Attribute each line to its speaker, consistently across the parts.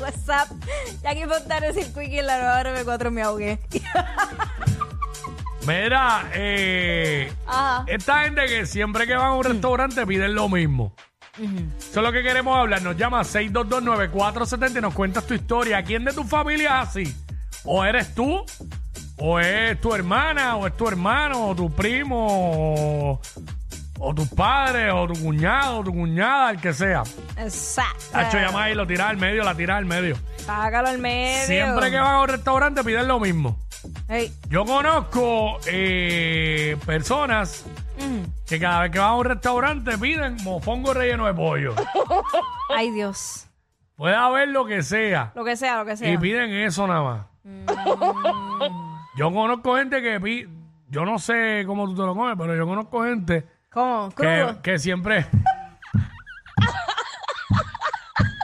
Speaker 1: What's up? Ah, Jackie Fontanes y el Quickie en la nueva 94 me ahogué.
Speaker 2: Mira, eh,
Speaker 1: Ajá.
Speaker 2: esta gente que siempre que van a un restaurante piden lo mismo. Eso es lo que queremos hablar. Nos llama 6229470 y nos cuentas tu historia. ¿Quién de tu familia es así? ¿O eres tú? ¿O es tu hermana? ¿O es tu hermano? ¿O tu primo? ¿O, o tus padres? ¿O tu cuñado? ¿O tu cuñada? El que sea. Hacho, llama
Speaker 1: Exacto.
Speaker 2: ahí, lo tira al medio, la tira al medio.
Speaker 1: Sácalo al medio.
Speaker 2: Siempre que van a un restaurante piden lo mismo.
Speaker 1: Ey,
Speaker 2: Yo conozco eh, personas que cada vez que van a un restaurante piden mofongo relleno de pollo.
Speaker 1: Ay, Dios.
Speaker 2: Puede haber lo que sea.
Speaker 1: Lo que sea, lo que sea. Mm.
Speaker 2: Y piden eso nada más. Yo conozco gente que pide. Yo no sé cómo tú te lo comes, pero yo conozco gente
Speaker 1: ¿Cómo?
Speaker 2: que,
Speaker 1: ¿Crudo?
Speaker 2: que siempre.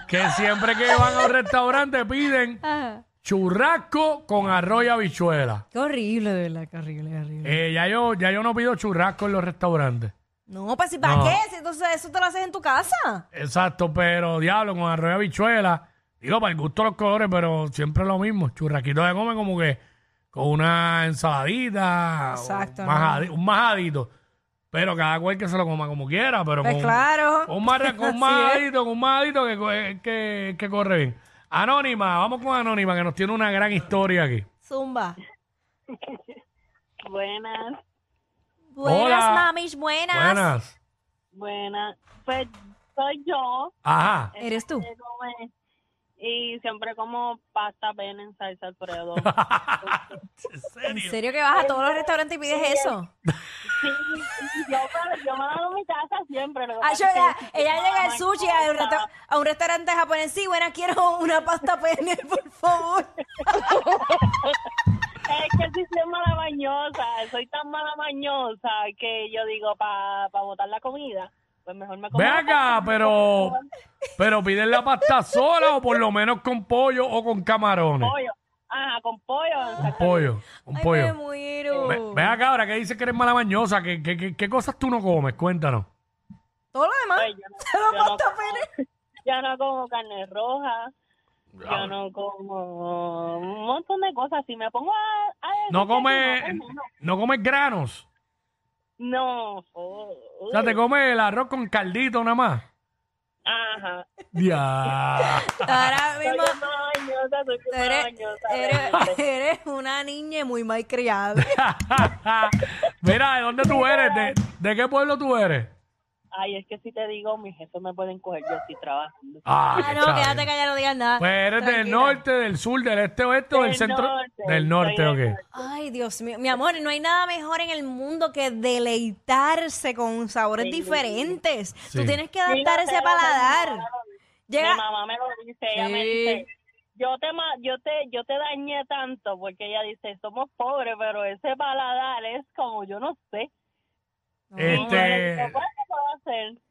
Speaker 2: que siempre que van a un restaurante piden
Speaker 1: Ajá.
Speaker 2: churrasco con arroz y habichuela.
Speaker 1: Qué horrible, de verdad, qué horrible, qué horrible.
Speaker 2: Eh, ya, yo, ya yo no pido churrasco en los restaurantes.
Speaker 1: No, pues si para
Speaker 2: No.
Speaker 1: qué, Si entonces eso te lo haces en tu casa.
Speaker 2: Exacto, pero diablo, con arroz y habichuela. Digo, para el gusto de los colores, pero siempre lo mismo. Churraquito se come como que con una ensaladita. o
Speaker 1: Exacto,
Speaker 2: un
Speaker 1: ¿no?
Speaker 2: majadi- Un majadito. Pero cada cual que se lo coma como quiera, pero
Speaker 1: Pues
Speaker 2: con,
Speaker 1: claro.
Speaker 2: con un marra- con un
Speaker 1: Así es.
Speaker 2: majadito, con un majadito que, co- eh, que, que corre bien. Anónima, vamos con Anónima, que nos tiene una gran historia aquí.
Speaker 1: Zumba.
Speaker 3: Buenas,
Speaker 1: Buenas,
Speaker 2: Hola.
Speaker 1: mamis, buenas.
Speaker 2: Buenas.
Speaker 3: buenas. Pues soy yo.
Speaker 2: Ajá.
Speaker 1: Eres tú.
Speaker 3: que come- Y siempre como pasta pena en salsa Alfredo.
Speaker 2: ¿En
Speaker 1: ¿En
Speaker 2: serio?
Speaker 1: serio que vas a todos los restaurantes y pides eso?
Speaker 3: Sí, yo, pero yo me la hago en mi casa siempre. lo que
Speaker 1: Ah,
Speaker 3: pasa
Speaker 1: yo,
Speaker 3: es que
Speaker 1: ella,
Speaker 3: mi
Speaker 1: ella llega
Speaker 3: mamá
Speaker 1: al
Speaker 3: me
Speaker 1: sushi a un,
Speaker 3: encanta.
Speaker 1: resta- a un restaurante japonés. Sí, buenas, quiero una pasta pene, por favor.
Speaker 3: Es que sí soy mala mañosa. Soy tan mala mañosa que yo digo, para pa botar la comida, pues mejor me como.
Speaker 2: Ve
Speaker 3: la
Speaker 2: acá,
Speaker 3: pasta.
Speaker 2: pero, pero piden la pasta sola o por lo menos con pollo o con camarones.
Speaker 3: Pollo. Ajá, con pollo.
Speaker 2: Un pollo, un
Speaker 1: Ay, me
Speaker 2: pollo.
Speaker 1: muero.
Speaker 2: Ve, ve acá ahora que dices que eres mala mañosa, ¿qué, qué, qué- qué cosas tú no comes? Cuéntanos.
Speaker 1: Todo lo demás.
Speaker 3: Ay, yo no-
Speaker 1: Solo
Speaker 3: yo no
Speaker 1: pasta
Speaker 3: como-
Speaker 1: pene.
Speaker 3: Yo no como carne roja. Yo no como un montón de cosas. Si me pongo a... a decir
Speaker 2: No
Speaker 3: que
Speaker 2: comes,
Speaker 3: sí, no como, no.
Speaker 2: no comes granos.
Speaker 3: No. Oh,
Speaker 2: O sea, te
Speaker 3: uh.
Speaker 2: comes el arroz con caldito nada más.
Speaker 3: Ajá.
Speaker 2: Ya.
Speaker 1: Ahora
Speaker 3: Soy
Speaker 1: mismo
Speaker 3: una bañosa, soy
Speaker 1: tú
Speaker 3: una
Speaker 1: eres,
Speaker 3: bañosa,
Speaker 1: eres,
Speaker 3: realmente.
Speaker 1: eres una niña muy mal criada.
Speaker 2: Mira, ¿de dónde tú eres? ¿De, de qué pueblo tú eres?
Speaker 3: Ay, es que si te digo, mis jefes me pueden coger. Yo estoy trabajando.
Speaker 2: Ah,
Speaker 1: Ah,
Speaker 2: qué
Speaker 1: no,
Speaker 2: chavi.
Speaker 1: quédate callada, no digas nada.
Speaker 2: Pues eres del
Speaker 1: Tranquila.
Speaker 2: norte, del sur, del este, oeste o del
Speaker 3: Del
Speaker 2: centro.
Speaker 3: norte,
Speaker 2: del norte,
Speaker 3: soy
Speaker 2: ok.
Speaker 3: del norte.
Speaker 1: Ay, Dios mío. Mi amor, no hay nada mejor en el mundo que deleitarse con sabores diferentes. Tú
Speaker 2: Sí.
Speaker 1: tienes que
Speaker 3: Sí,
Speaker 1: adaptar
Speaker 3: no sé,
Speaker 1: ese
Speaker 3: no sé,
Speaker 1: paladar.
Speaker 3: mi mamá lo-
Speaker 1: Llega.
Speaker 3: Mi mamá me lo dice. Ella me
Speaker 1: Sí.
Speaker 3: dice... Yo te, ma- yo te yo te dañé tanto porque ella dice somos pobres pero ese paladar es como yo no sé
Speaker 1: No.
Speaker 3: Y yo
Speaker 2: Este,
Speaker 3: digo, "Bueno, ¿qué puedo hacer?".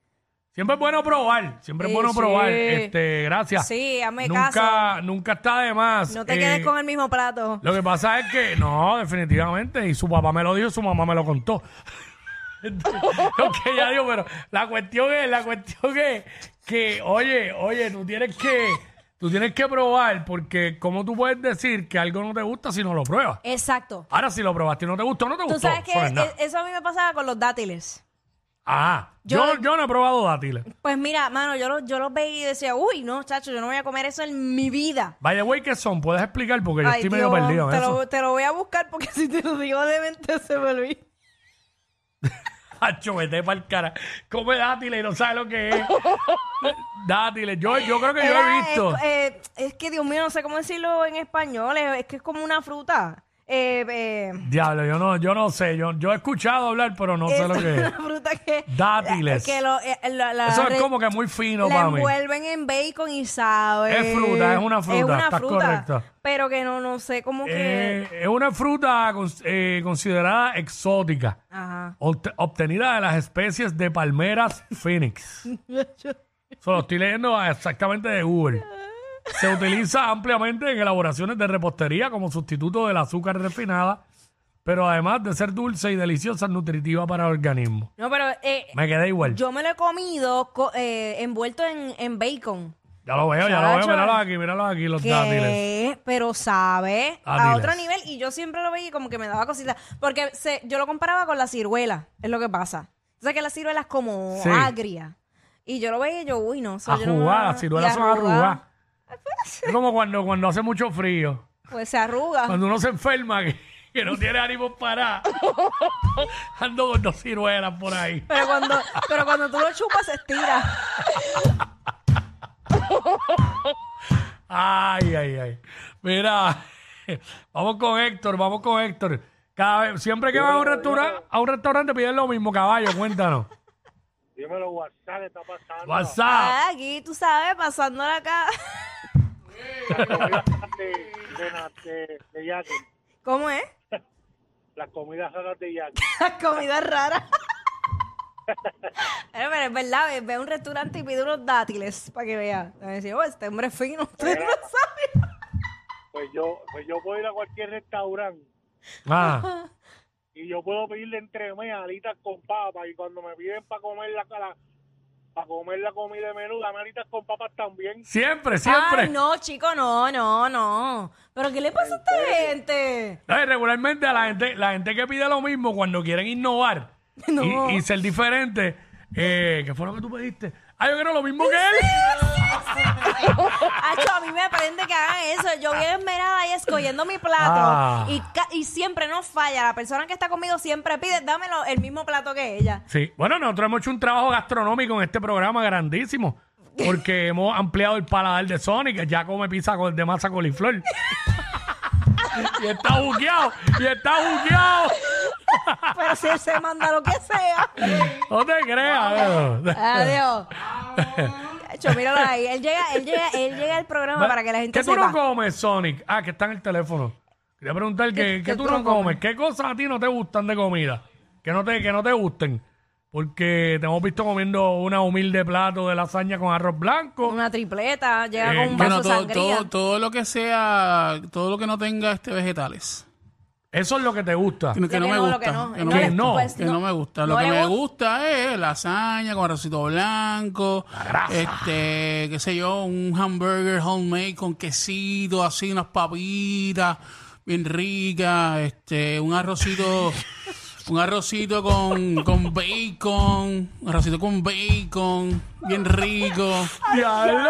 Speaker 2: siempre es bueno probar, siempre es
Speaker 1: Sí,
Speaker 2: bueno
Speaker 1: sí.
Speaker 2: probar. Este, gracias.
Speaker 1: Sí, hazme
Speaker 2: nunca,
Speaker 1: caso.
Speaker 2: nunca está de más.
Speaker 1: No te
Speaker 2: eh,
Speaker 1: quedes con el mismo plato.
Speaker 2: Lo que pasa es que, no, definitivamente, y su papá me lo dijo, su mamá me lo contó. lo que ella dijo, pero la cuestión es, la cuestión es que, oye, oye, tú tienes que, tú tienes que probar, porque ¿cómo tú puedes decir que algo no te gusta si no lo pruebas?
Speaker 1: Exacto.
Speaker 2: Ahora, si lo probaste y no te gustó, no te
Speaker 1: Tú
Speaker 2: gustó.
Speaker 1: sabes que
Speaker 2: Eso no es nada.
Speaker 1: e- eso a mí me pasaba con los dátiles.
Speaker 2: Ajá. Yo,
Speaker 1: Yo-
Speaker 2: yo no he probado dátiles.
Speaker 1: Pues mira, mano, yo los, yo los veía y decía, uy, no, chacho, yo no voy a comer eso en mi vida.
Speaker 2: Vaya, güey, ¿qué son? ¿Puedes explicar? Porque yo
Speaker 1: Ay,
Speaker 2: estoy
Speaker 1: Dios,
Speaker 2: medio perdido
Speaker 1: te,
Speaker 2: en eso.
Speaker 1: lo, te lo voy a buscar porque si te lo digo de mente se me olvida.
Speaker 2: Hacho, vete para el cara. Come dátiles y no sabes lo que es. dátiles. Yo, yo creo que yo
Speaker 1: Era,
Speaker 2: he visto.
Speaker 1: Es, eh, es que, Dios mío, no sé cómo decirlo en español. Es, es que es como una fruta. Eh, eh,
Speaker 2: Diablo, yo no, yo no sé. Yo, yo he escuchado hablar, pero no sé
Speaker 1: es
Speaker 2: lo que es.
Speaker 1: una fruta que...
Speaker 2: Dátiles.
Speaker 1: Que lo, eh, la- la-
Speaker 2: Eso
Speaker 1: re-
Speaker 2: es como que muy fino
Speaker 1: La
Speaker 2: para mí.
Speaker 1: envuelven en bacon y sabe.
Speaker 2: Es fruta, es una
Speaker 1: Es
Speaker 2: fruta,
Speaker 1: una
Speaker 2: estás
Speaker 1: fruta.
Speaker 2: correcta.
Speaker 1: Pero que no, no sé cómo que.
Speaker 2: Eh, es una fruta cons- eh, considerada exótica,
Speaker 1: Ajá.
Speaker 2: obte- obtenida de las especies de palmeras phoenix. Eso lo estoy leyendo exactamente de Google. Se utiliza ampliamente en elaboraciones de repostería como sustituto del azúcar refinada, pero además de ser dulce y deliciosa, nutritiva para el organismo.
Speaker 1: No, pero eh,
Speaker 2: Me quedé igual.
Speaker 1: yo me lo he comido co- eh, envuelto en, en bacon.
Speaker 2: Ya lo veo, ya lo veo.
Speaker 1: Chacho.
Speaker 2: Míralos aquí, míralos aquí, los dátiles.
Speaker 1: ¿Qué? Pero sabe a
Speaker 2: Dátiles.
Speaker 1: otro nivel y yo siempre lo veía y como que me daba cositas porque se- yo lo comparaba con la ciruela, es lo que pasa. O sea que la ciruela es como
Speaker 2: Sí.
Speaker 1: agria. Y yo lo veía y yo, uy, no. eso yo no-
Speaker 2: Arrugadas, las
Speaker 1: y
Speaker 2: ciruelas son
Speaker 1: arrugadas.
Speaker 2: arrugadas. Es como cuando, cuando hace mucho frío.
Speaker 1: Pues se arruga.
Speaker 2: Cuando uno se enferma, que, que no tiene ánimo para. Ando con dos ciruelas por ahí.
Speaker 1: Pero cuando, pero cuando tú lo chupas se estira.
Speaker 2: Ay, ay, ay. Mira, vamos con Héctor, vamos con Héctor. Cada vez, siempre que vas a un, restaurante, a un restaurante piden lo mismo, caballo, cuéntanos.
Speaker 4: Dímelo, WhatsApp, está pasando.
Speaker 2: WhatsApp.
Speaker 1: Ah, aquí, tú sabes, pasándola acá.
Speaker 4: Las comidas de, de, na- de, de Jackie.
Speaker 1: ¿Cómo es?
Speaker 4: Las comidas raras de Jackie.
Speaker 1: Las comidas raras. Pero, pero es verdad, ve, ve a un restaurante y pide unos dátiles para que vea. Y dice, oh, este hombre es fino, usted no sabe.
Speaker 4: Pues yo, pues yo puedo ir a cualquier restaurante
Speaker 2: Ah,
Speaker 4: y yo puedo pedirle entre mí alitas con papa y cuando me piden para comer la, la para comer la comida de menú, dame alitas con papas también.
Speaker 2: siempre, siempre.
Speaker 1: Ay, no, chico, no, no, no. ¿Pero qué le pasa a esta gente?
Speaker 2: Ay, regularmente a la gente, la gente que pide lo mismo cuando quieren innovar
Speaker 1: No.
Speaker 2: y, y ser diferente, eh, ¿qué fue lo que tú pediste? Ah, yo quiero lo mismo que él.
Speaker 1: Acho, a mí me prende que hagan eso. Yo bien esmerada ahí escogiendo mi plato.
Speaker 2: Ah.
Speaker 1: Y, ca- y siempre no falla. La persona que está conmigo siempre pide, dámelo el mismo plato que ella.
Speaker 2: Sí, bueno, nosotros hemos hecho un trabajo gastronómico en este programa grandísimo porque hemos ampliado el paladar de Sonic, ya come pizza con- de masa coliflor. y está buqueado, y está buqueado.
Speaker 1: Pero si él se manda lo que sea.
Speaker 2: No te
Speaker 1: Ah,
Speaker 2: creas. eh.
Speaker 1: Adiós. Acho, míralo ahí. Él llega, él llega, él llega al programa para que la gente
Speaker 2: ¿Qué tú no
Speaker 1: sepa.
Speaker 2: comes, Sonic? Ah, que está en el teléfono. Quería preguntar que,
Speaker 1: ¿Qué-
Speaker 2: qué tú no comes. ¿Qué cosas a ti no te gustan de comida? Que no te, que no te gusten. Porque te hemos visto comiendo una humilde plato de lasaña con arroz blanco.
Speaker 1: Una tripleta, llega
Speaker 2: Eh,
Speaker 1: con un vaso
Speaker 5: Bueno,
Speaker 1: de
Speaker 5: todo,
Speaker 1: sangría.
Speaker 5: todo, todo lo que sea, todo lo que no tenga este vegetales.
Speaker 2: Eso es lo que te gusta.
Speaker 5: Que, que
Speaker 1: Lo Ah. que
Speaker 5: no me
Speaker 1: no, lo
Speaker 5: gusta.
Speaker 1: que no.
Speaker 5: que no
Speaker 2: Que
Speaker 5: me-
Speaker 2: no,
Speaker 5: que no me gusta. Lo
Speaker 1: no
Speaker 5: que
Speaker 1: le
Speaker 5: me
Speaker 1: gusta.
Speaker 5: gusta es lasaña con arrocito blanco, este, qué sé yo, un hamburger homemade con quesito, así unas papitas bien ricas, este, un arrocito, un arrocito con, con bacon, un arrocito con bacon, bien rico.
Speaker 2: ¡Diablo!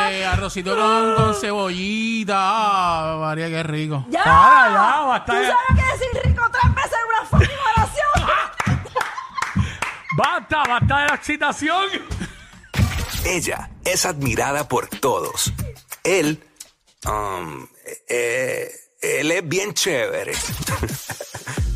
Speaker 5: Este, arrocito con, con cebollita. Ah, María, qué rico.
Speaker 1: ¡Ya!
Speaker 5: Ah,
Speaker 2: Para, ya, basta
Speaker 1: ¿Tú
Speaker 2: ya.
Speaker 1: sabes lo que decir rico tres veces en una fucking oración?
Speaker 2: ¡Basta! ¡Basta de la excitación!
Speaker 6: Ella es admirada por todos. Él, um, eh, él es bien chévere.